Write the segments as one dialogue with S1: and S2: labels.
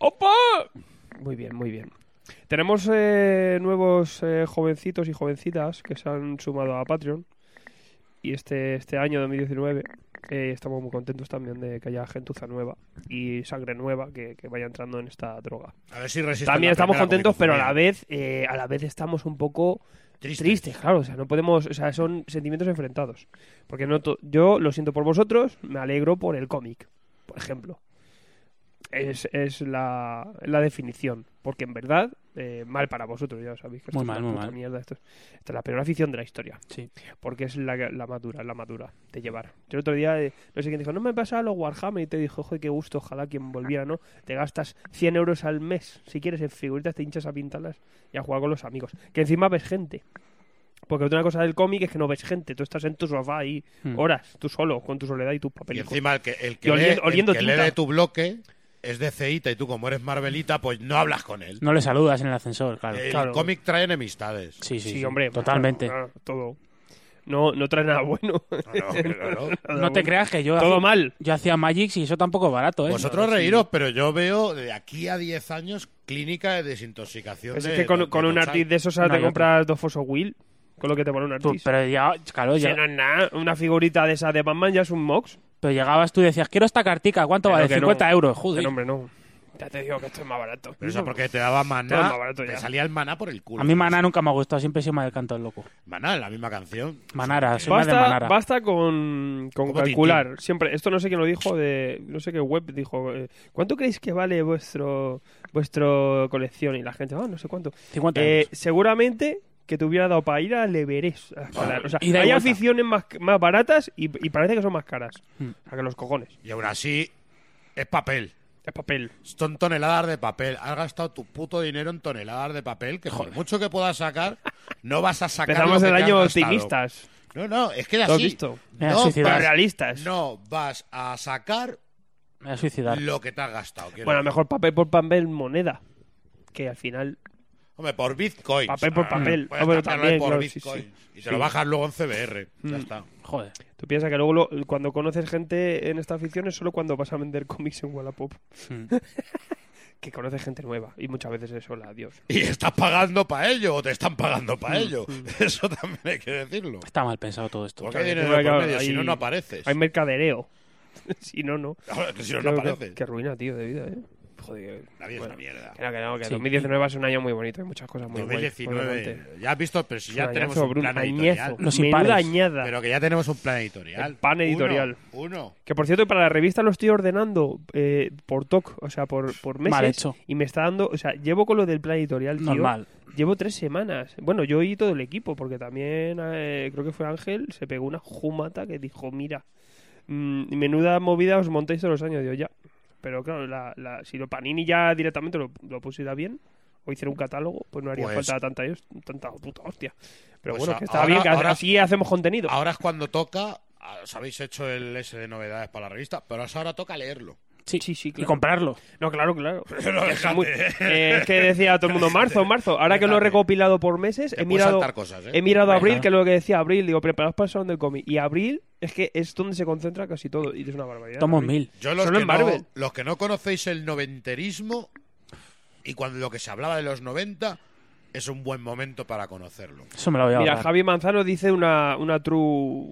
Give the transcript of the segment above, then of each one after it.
S1: ¡Opa!
S2: Muy bien, muy bien.
S1: Tenemos eh, nuevos eh, jovencitos y jovencitas que se han sumado a Patreon. Y este, este año 2019 eh, estamos muy contentos también de que haya gentuza nueva y sangre nueva que, que vaya entrando en esta droga.
S3: A ver si resisten
S1: También
S3: la
S1: estamos
S3: primera
S1: contentos, pero a la
S3: comicofobia.
S1: vez, eh, a la vez estamos un poco
S3: Tristes.
S1: tristes. claro. O sea, no podemos, o sea, son sentimientos enfrentados. Porque no to- yo lo siento por vosotros, me alegro por el cómic, por ejemplo. Es, es la, la definición. Porque en verdad, eh, mal para vosotros, ya sabéis que esto
S4: Muy
S1: es
S4: mal,
S1: una
S4: muy
S1: puta
S4: mal.
S1: mierda, esto es- esta es la peor afición de la historia.
S4: Sí.
S1: Porque es la, la más dura, la más dura de llevar. Yo el otro día, eh, no sé quién dijo, no me pasa los Warhammer. Y te dijo, joder, qué gusto, ojalá quien volviera, ¿no? Te gastas 100 euros al mes, si quieres, en figuritas, te hinchas a pintarlas y a jugar con los amigos. Que encima ves gente. Porque otra cosa del cómic es que no ves gente. Tú estás en tu sofá ahí
S4: Hmm.
S1: horas, tú solo, con tu soledad y tus
S3: Y
S1: papeles.
S3: encima el que, el que,
S1: Y olien-
S3: lee,
S1: oliendo
S3: el que lee
S1: tinta.
S3: de tu bloque es de ceita y tú como eres Marvelita, pues no hablas con él.
S4: No le saludas en el ascensor, claro.
S3: el
S1: claro.
S3: cómic trae enemistades.
S4: Sí, sí,
S1: Eh, Sí,
S4: sí.
S1: hombre.
S4: Totalmente.
S1: claro, claro, todo. No, no trae nada bueno.
S3: No, no, no.
S4: No te creas que yo
S1: Todo
S4: hacía,
S1: mal.
S4: yo hacía Magic y eso tampoco es barato, ¿eh?
S3: Vosotros reíros, pero yo veo de aquí a 10 años clínica de desintoxicación.
S1: Pues
S3: de-
S1: es que con,
S3: de-
S1: con
S3: de
S1: un
S3: Tochal.
S1: artist de esos
S4: No
S1: ahora
S4: hay
S1: te
S4: otro.
S1: compras dos Foso Will, con lo que te pone un
S4: Tú,
S1: artist.
S4: pero ya, claro,
S1: Sí,
S4: ya-
S1: no es nada. Una figurita de esa de Batman ya es un mox.
S4: pero llegabas tú y decías, quiero esta cartica, ¿cuánto
S1: Que
S4: vale?
S1: no, que
S4: 50
S1: no.
S4: euros,
S1: Que
S4: joder.
S1: no, hombre, no. Ya te digo que esto es más barato.
S3: Pero eso porque te daba
S1: Todo
S3: maná,
S1: más pues, barato
S3: te
S1: ya.
S3: salía el maná por el culo.
S4: A mí Maná nunca me ha gustado, siempre he sido más del canto del loco.
S3: Maná en la misma canción.
S4: Manara, soy más de
S1: Basta,
S4: Manara.
S1: basta con, con
S3: Como
S1: calcular. Siempre, esto no sé quién lo dijo, de no sé qué web dijo. eh, ¿Cuánto creéis que vale vuestro vuestro colección? Y la gente, ah, no sé cuánto.
S4: 50
S1: Eh,
S4: euros.
S1: seguramente que te hubiera dado para ir al Everest. a escalar. O sea,
S4: Ida Ah, y
S1: hay
S4: vuelta.
S1: aficiones más, más baratas y, y parece que son más caras.
S4: Hmm.
S1: O sea, que los cojones.
S3: Y aún así, es papel.
S1: Es papel.
S3: Son toneladas de papel. Has gastado tu puto dinero en toneladas de papel que por mucho que puedas sacar, no vas a sacar.
S1: Empezamos
S3: lo que
S1: el
S3: te has
S1: año
S3: gastado.
S1: optimistas.
S3: No, no, es que es
S1: ¿Lo has
S3: así.
S1: visto?
S4: Me
S3: No,
S4: has
S1: Pero
S4: suicidado.
S3: vas-
S1: realistas.
S3: no vas a sacar
S4: Me voy a suicidar.
S3: lo que te has gastado. quiero
S1: Bueno, a lo
S3: decir.
S1: mejor papel por papel moneda. Que al final.
S3: Hombre, por bitcoins.
S1: Papel por
S3: Ah,
S1: papel.
S3: puedes
S1: Ah, bueno,
S3: gastarlo
S1: también,
S3: por
S1: claro, sí,
S3: bitcoins.
S1: sí.
S3: Y te lo
S1: Sí. Mm.
S3: bajas luego en CBR. Ya está.
S4: Joder.
S1: Tú piensas que luego lo- cuando conoces gente en esta afición es solo cuando vas a vender cómics en Wallapop.
S4: Hmm.
S1: Que conoces gente nueva. Y muchas veces es hola, adiós.
S3: Y estás pagando para ello o te están pagando
S1: Mm,
S3: para ello. Eso también hay que decirlo.
S4: Está mal pensado todo esto.
S3: Porque hay dinero
S1: Claro,
S3: por
S1: claro,
S3: medio, si
S1: hay-
S3: no, no apareces.
S1: Hay mercadereo. si no, no.
S3: Si no, no
S1: Claro,
S3: apareces.
S1: Qué ruina, tío, de vida, ¿eh? Joder.
S3: La vida es
S1: Bueno,
S3: una mierda.
S1: Que no, que no, que
S4: Sí.
S1: 2019 va a ser un año muy bonito. Hay muchas cosas muy guays por
S3: 2019.
S1: delante.
S3: Ya has visto, pero si ya
S1: Un
S3: tenemos
S1: añazo,
S3: un
S1: Bruno,
S3: plan
S1: añazo.
S3: editorial.
S4: Los
S1: Menuda
S4: impares.
S1: añada.
S3: Pero que ya tenemos un plan editorial.
S1: El pan editorial.
S3: Uno. uno.
S1: Que por cierto, para la revista lo estoy ordenando eh, por TOC, o sea, por, por meses.
S4: Mal hecho.
S1: Y me está dando, o sea, llevo con lo del plan editorial, tío.
S4: Normal.
S1: Llevo tres semanas. Bueno, yo y todo el equipo, porque también eh, creo que fue Ángel, se pegó una jumata que dijo, mira, mm, menuda movida os montáis todos los años. Digo, ya. Pero claro, la, la- si lo Panini ya directamente lo, lo pusiera bien, o hiciera un catálogo, pues no haría
S3: Pues-
S1: falta tanta, tanta puta hostia. Pero
S3: Pues
S1: bueno,
S3: a-
S1: que está
S3: ahora-
S1: bien, que
S3: ahora-
S1: así hacemos contenido.
S3: Ahora es cuando toca. ah, Os habéis hecho el S de novedades para la revista, pero ahora toca leerlo.
S4: Sí,
S1: Sí, sí,
S4: Y
S1: claro.
S4: comprarlo.
S1: No, claro, claro.
S3: No,
S1: Es que
S3: déjate.
S1: muy- eh, es que decía todo el mundo marzo, marzo. Ahora que lo he
S3: Déjate.
S1: recopilado por meses, he
S3: Te puedes
S1: mirado,
S3: saltar cosas, ¿eh?
S1: he mirado abril,
S4: Ajá.
S1: que es lo que decía abril. Digo, preparados para el salón del cómic. Y abril es que es donde se concentra casi todo. Y es una barbaridad.
S4: Tomo
S1: abril.
S4: mil.
S3: Yo los
S1: Solo
S3: que,
S1: en
S3: no,
S1: Marvel.
S3: los que no conocéis el noventerismo y cuando lo que se hablaba de los 90 es un buen momento para conocerlo.
S4: Eso me lo voy a
S1: Mira,
S4: ahorrar.
S1: Javi Manzano dice una, una, true,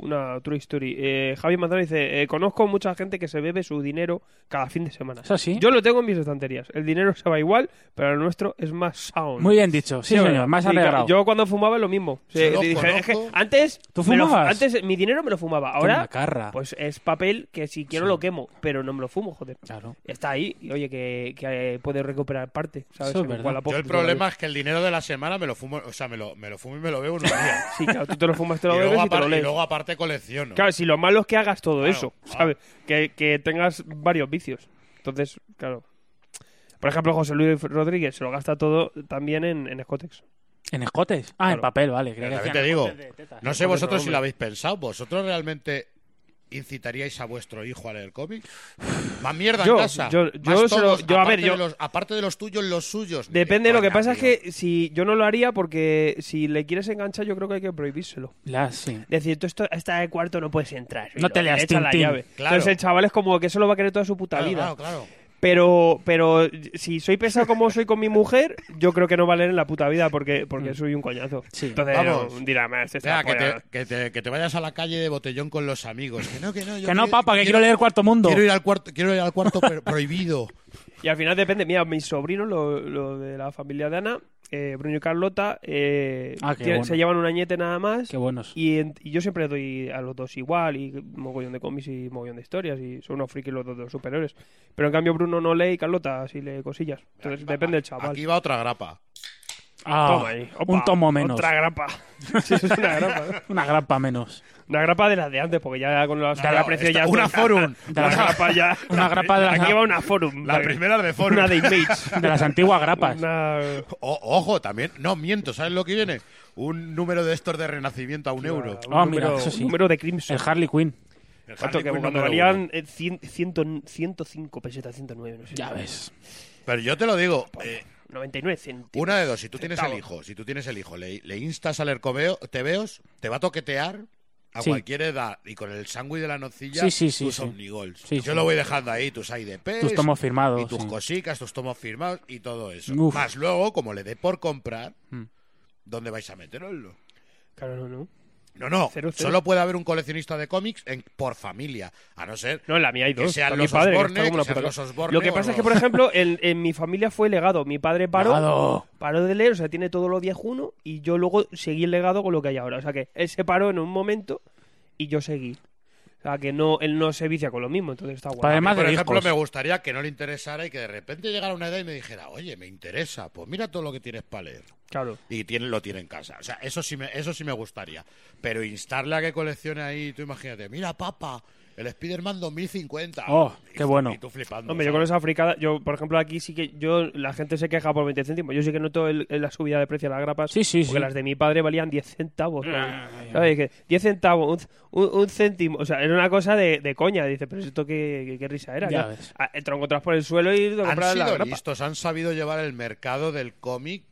S1: una true story. Eh, Javi Manzano dice, eh, conozco mucha gente que se bebe su dinero cada fin de semana.
S4: ¿Es así?
S1: Yo lo tengo en mis estanterías. El dinero se va igual, pero el nuestro es más sound.
S4: Muy bien dicho. Sí,
S1: Sí,
S4: señor. Más
S1: sí, claro.
S4: arreglado.
S1: Yo cuando fumaba lo mismo. Sí,
S3: Yo lo
S1: dije,
S3: conozco.
S1: es que antes,
S4: ¿Tú
S1: me lo-
S4: fumabas?
S1: antes mi dinero me lo fumaba.
S4: Qué
S1: Ahora,
S4: macarra.
S1: pues es papel que si quiero lo quemo, pero no me lo fumo, joder.
S4: Claro.
S1: Está ahí y oye, que, que eh, puedes recuperar parte, ¿sabes?
S4: Eso es
S1: En
S4: verdad.
S1: Wallapop,
S3: Yo el
S1: tú Pues lo
S3: problema es que el dinero de la semana me lo fumo, o sea, me lo, me lo fumo y me lo bebo en un día.
S1: ves. Sí, claro, tú te lo fumas, te lo
S3: y, luego
S1: bebes y te
S3: apar-
S1: lo
S3: y
S1: lees.
S3: luego aparte colecciono.
S1: Claro, si lo malo es que hagas todo
S3: Claro, ah.
S1: eso,
S3: claro.
S1: ¿sabes? Que, que tengas varios vicios. Entonces, claro. Por Por ejemplo, José Luis Rodríguez se lo gasta todo también en, en escotes.
S4: ¿En escotes? Ah, en
S1: Claro.
S4: papel, vale. creía
S3: Pero
S4: que
S3: también
S4: decían
S3: te digo,
S4: escotes de tetas.
S3: No sé
S1: Hombre,
S3: vosotros si
S1: hombre.
S3: lo habéis pensado. ¿Vosotros realmente incitaríais a vuestro hijo a leer cómic? Más mierda
S1: Yo-
S3: en casa.
S1: yo-
S3: Más
S1: yo se lo-
S3: todos,
S1: yo, a ver,
S3: aparte
S1: yo-
S3: de los- aparte de los tuyos, los suyos. Ni de
S1: Depende, lo que
S3: coña,
S1: pasa
S3: tío.
S1: es que si yo no lo haría porque si le quieres enganchar yo creo que hay que prohibírselo.
S4: La- sí.
S1: Decir, tú esto, esta de cuarto no puedes entrar.
S4: No
S1: Y
S4: te
S1: lo-
S4: leas
S1: echa la
S4: Tintín.
S1: llave.
S3: Claro.
S1: Entonces el chaval es como que eso lo va a querer toda su puta
S3: Claro,
S1: vida.
S3: claro, claro.
S1: Pero, pero si soy pesado como soy con mi mujer, yo creo que no va a leer en la puta vida porque, porque soy un coñazo.
S4: Mm. Sí.
S1: Entonces
S3: Vamos.
S1: no, dirá, "Meh, este está
S3: Espera, que
S1: apoyado".
S3: te, que, te, que te vayas a la calle de botellón con los amigos. Que no, que no. yo
S4: Que no, papá, que quiero leer Cuarto Mundo.
S3: Quiero ir al cuarto, quiero ir al cuarto pero prohibido.
S1: Y al final depende, mira, mis sobrinos, lo, lo de la familia de Ana, eh, Bruno y Carlota, eh,
S4: Ah, qué
S1: tienen-
S4: bueno.
S1: se llevan un añete nada más.
S4: Qué buenos.
S1: Y, en- y yo siempre doy a los dos igual, y mogollón de cómics y mogollón de historias, y son unos frikis los dos de los superiores. Pero en cambio Bruno no lee y Carlota sí lee cosillas. Entonces depende del chaval.
S3: Aquí va otra grapa.
S4: Ah,
S1: Toma ahí, opa,
S4: un tomo menos.
S1: Otra grapa. Sí, eso es una grapa. ¿no?
S4: Una grapa menos.
S1: Una grapa de las de antes, porque ya con los
S3: No, no,
S1: precio
S3: esta-
S1: ya...
S3: una forum.
S1: Una grapa ya...
S4: Una grapa de las-
S1: Aquí va una forum.
S3: La primera de forum.
S1: Una de Image.
S4: De las antiguas grapas.
S1: Una...
S3: O- ojo, también. No, miento, ¿sabes lo que viene? Un número de estos de renacimiento a un euro.
S1: Un
S4: Ah, mira,
S1: número,
S4: eso sí.
S1: un número de Crimson.
S4: El Harley Quinn.
S3: El
S1: ¿Cuánto? Que
S3: Harley Quinn
S1: cuando
S3: número uno.
S1: valían eh, cien- ciento- 105 pesetas, 109, no sé.
S4: Ya ves.
S3: Pero yo te lo digo, eh,
S1: 99 céntimos.
S3: Una de dos, si tú tienes el
S1: Centavo.
S3: hijo, si tú tienes el hijo, le, le instas a leer coveo- tebeos, te va a toquetear a
S4: Sí.
S3: cualquier edad y con el sándwich de la nocilla
S4: Sí, sí, sí,
S3: tus
S4: sí.
S3: omnigols.
S4: Sí,
S3: Yo
S4: sí.
S3: lo voy dejando ahí, tus IDPs,
S4: Tus tomos firmados,
S3: y tus
S4: sí.
S3: cosicas, tus tomos firmados y todo eso.
S4: Uf.
S3: Más luego, como le dé por comprar,
S4: Mm.
S3: ¿dónde vais a meterlo?
S1: Claro, no, no.
S3: No, no,
S1: Cero, cero.
S3: solo puede haber un coleccionista de cómics en, por familia, a no ser...
S1: No, en la mía hay
S3: Que
S1: dos.
S3: sean
S1: Está mi
S3: los
S1: padre, que
S3: Osborne,
S1: está como
S3: que
S1: una
S3: sean
S1: puta-
S3: los Osborne
S1: Lo
S3: o
S1: que pasa es que,
S3: los-
S1: por ejemplo, en, en mi familia fue legado. Mi padre paró,
S4: Legado.
S1: paró de leer, o sea, tiene todo lo viejuno y yo luego seguí el legado con lo que hay ahora. O sea, que él se paró en un momento y yo seguí. O sea, que no, él no se vicia con lo mismo, entonces está
S4: Padre
S1: guay.
S4: más
S3: por
S4: de
S3: ejemplo,
S4: discos.
S3: me gustaría que no le interesara y que de repente llegara una edad y me dijera, oye, me interesa, pues mira todo lo que tienes para leer.
S1: Claro.
S3: y tiene, lo tiene en casa. O sea, eso sí, me, eso sí me gustaría. Pero instarle a que coleccione ahí, tú imagínate, mira, papá, el Spider-Man 2050.
S4: Oh,
S3: Y
S4: qué
S3: tú-
S4: bueno.
S3: Y tú flipando.
S1: Hombre, yo con
S3: ¿sabes?
S1: esa fricada, yo, por ejemplo, aquí sí que yo, la gente se queja por 20 céntimos. Yo sí que noto el- el- la subida de precio de las grapas.
S4: Sí, sí,
S1: Porque
S4: sí.
S1: las de mi padre valían 10 centavos.
S3: Ah,
S1: cabrón. ¿Sabes? Que 10 centavos, un c- un, un céntimo. O sea, era una cosa de, de coña. Dice, pero esto qué, qué, qué risa era.
S4: Ya
S1: ¿no?
S4: ves.
S1: Ah, Te lo encontrás por el suelo y te
S3: Han
S1: compras la
S3: sido
S1: grapa.
S3: listos, han sabido llevar el mercado del cómic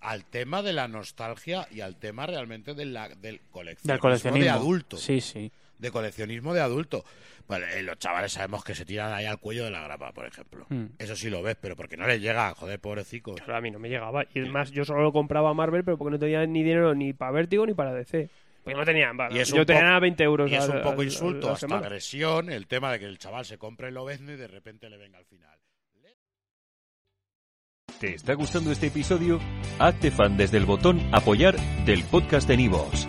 S3: al tema de la nostalgia y al tema realmente de la- del coleccionismo,
S4: Del coleccionismo.
S3: de adulto.
S4: Sí, sí.
S3: De coleccionismo de adulto. Bueno, eh, los chavales sabemos que se tiran ahí al cuello de la grapa, por ejemplo.
S4: Mm.
S3: Eso sí lo ves, pero porque no les llega, joder, pobrecicos.
S1: Hmm. Claro, a mí no me llegaba. Y además, yo solo lo compraba a Marvel, pero porque no tenía ni dinero ni para Vértigo ni para DC. Porque no tenían, vale.
S3: Y es
S1: Yo
S3: un
S1: tenía
S3: poco-
S1: 20 euros.
S3: Y es
S1: a-
S3: un
S1: a-
S3: poco
S1: a-
S3: insulto,
S1: a la
S3: hasta
S1: semana.
S3: agresión, el tema de que el chaval se compre el obezno y de repente le venga al final.
S5: ¿Te está gustando este episodio? Hazte fan desde el botón Apoyar del podcast de Nivos.